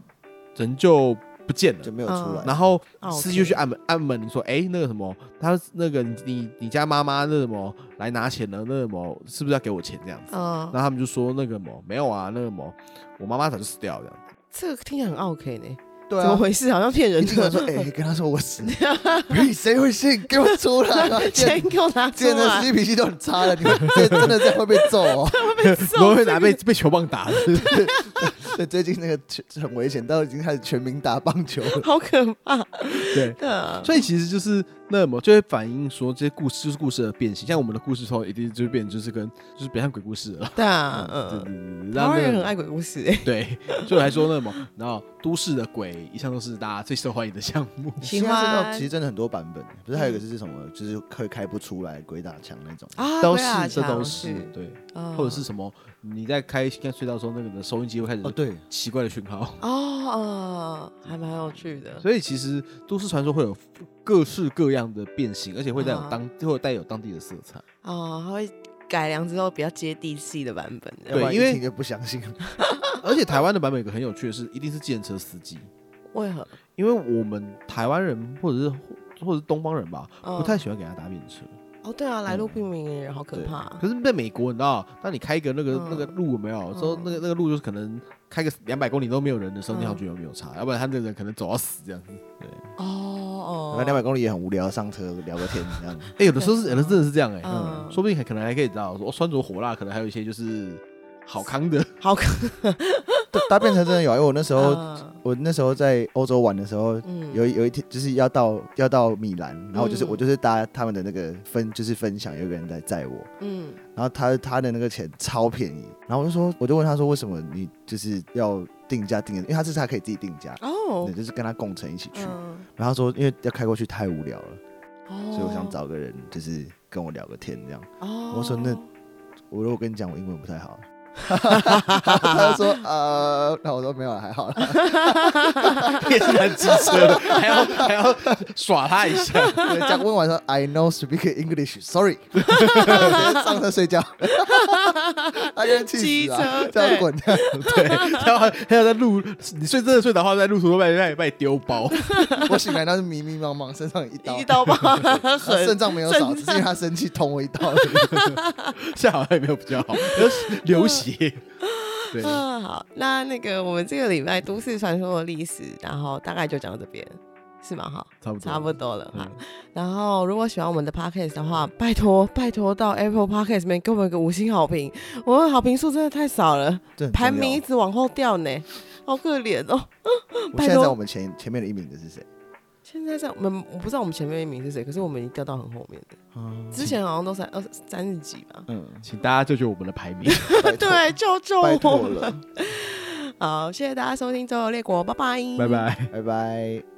B: 人就不见了
C: 就。没有出来。
B: 然后
A: 啊
B: 司机就去按门按门铃说：“哎，那个什么，他那个你你你家妈妈那什么来拿钱了，那什么是不是要给我钱这样子？”
A: 嗯
B: 然，后他们就说：“那个什么没有啊，那个什么我妈妈早就死掉了这样子。
A: 这个听起来很 OK 呢，
C: 对
A: 怎么
C: 啊，
A: 回事？好像骗人
C: 一定有人
A: 的，
C: 说，哎，跟他说我死， 不是谁会信？给我出来啊！
A: 钱给我拿出
C: 见的
A: 来，
C: 心脾气都很差了，你们这真的在会被揍哦。
B: 然后会拿被被球棒打，是不是
C: 对，最近那个全很危险，到已经开始全民打棒球 了。
A: 好可怕啊
B: 对。
A: 的，
B: 所以其实就是那么就会反映说这些故事就是故事的变形，像我们的故事后一定就变就是跟就是比较像鬼故事了。
A: 对啊，
B: 对
A: 嗯，
B: 对对
A: 台湾人很
B: 对，
A: 爱鬼故事哎，
B: 对，所以我还说那么，然后都市的鬼一向都是大家最受欢迎的项 目。
A: 喜
C: 现在隧道
A: 欢
C: 其实真的很多版本，不是还有一个是什么，就是会开不出来鬼打墙那种。
A: 啊，
B: 都
A: 鬼打
B: 是，这
A: 墙
B: 都是对，
A: 嗯
B: 或者是什么？你在开现在隧道的时候，那个的收音机会开始
C: 哦，对，
B: 奇怪的讯号。
A: 哦哦，还蛮有趣的，
B: 所以其实都市传说会有各式各样的变形，而且会带
A: 嗯
B: 有当会带有当地的色彩。
A: 哦，它会改良之后比较接地气的版本，
B: 对因为
C: 你就不相信。
B: 而且台湾的版本有个很有趣的是，一定是计程车司机，
A: 为何？
B: 因为我们台湾人或者是或者是东方人吧，
A: 嗯
B: 不太喜欢给他搭便车。
A: 哦，对啊，来路不明的人好可
B: 对
A: 怕。
B: 可是在美国，你知道，当你开一个那个、
A: 嗯
B: 那个路有没有？说
A: 嗯
B: 那个那个路就是可能开个两百公里都没有人的时候，
A: 嗯
B: 你好觉得有没有差？要不然他那个人可能走到死这样子。
A: 哦哦，
C: 那两百公里也很无聊，上车聊个天这样。
B: 哎、有的时候是，有的真的是这样哎、
A: 嗯
B: 说不定还可能还可以知道，说穿着火辣，可能还有一些就是好 康的，
A: 好可
C: 搭搭便车真的有，因为我那时候
A: 怕。
C: 我那时候在欧洲玩的时候，
A: 嗯，
C: 有一有一天就是要到要到米兰，然后我就是我就是搭他们的那个分就是分享，有一个人在载我，
A: 嗯
C: 然后他他的那个钱超便宜，然后我就说我就问他说为什么你就是要定价定的，因为他这是他可以自己定价，
A: 哦
C: 对，，就是跟他共乘一起去。
A: 嗯
C: 然后他说因为要开过去太无聊了，
A: 哦，
C: 所以我想找个人就是跟我聊个天这样。
A: 哦，
C: 我说那我说我跟你讲我英文不 太好。他就说呃，那我说没有了，还好了。
B: 也是蛮机车的，还要还要耍他一下。
C: 对这样问完说 I know speak English, sorry，直 接上车睡 觉，他就会气死啊
A: 机车，
C: 这样滚。
B: 对， 然后还要在路，你睡真的睡着的话，在路途中被被被丢包，
C: 我醒来那是迷迷茫茫，身上有一刀
A: 一，刀吧，
C: 他啊肾
A: 很
C: 脏没有少，
A: 肾
C: 只是因为他生气捅我一刀而已。
B: 这好像也没有比较好，就是流血。
A: 嗯
B: 对，
A: 啊好。那那个我们这个礼拜都市传说的历史，然后大概就讲到这边，是吗？哈。
B: 差不多，
A: 差不多了哈
B: 嗯，
A: 然后如果喜欢我们的 podcast 的话，拜托拜托到 Apple Podcast 里面给我们一个五星好评，我们好评数真的哦太少了，
C: 这很重要
A: 排名一直往后掉呢，好可怜哦。
C: 我
A: 拜
C: 现在
A: 托
C: 在我们前前面的一名的是谁？
A: 现在在我们我不知道我们前面一名是谁，可是我们已经掉到很后面了。之前好像都才二十三十几吧。
C: 嗯，
B: 请大家救救我们的排名，
C: 拜 托
A: 对，救救
C: 拜
A: 我
C: 托
A: 们！
C: 了，
A: 好，谢谢大家收听《周游列国》，拜拜，
B: 拜拜。
C: 拜拜。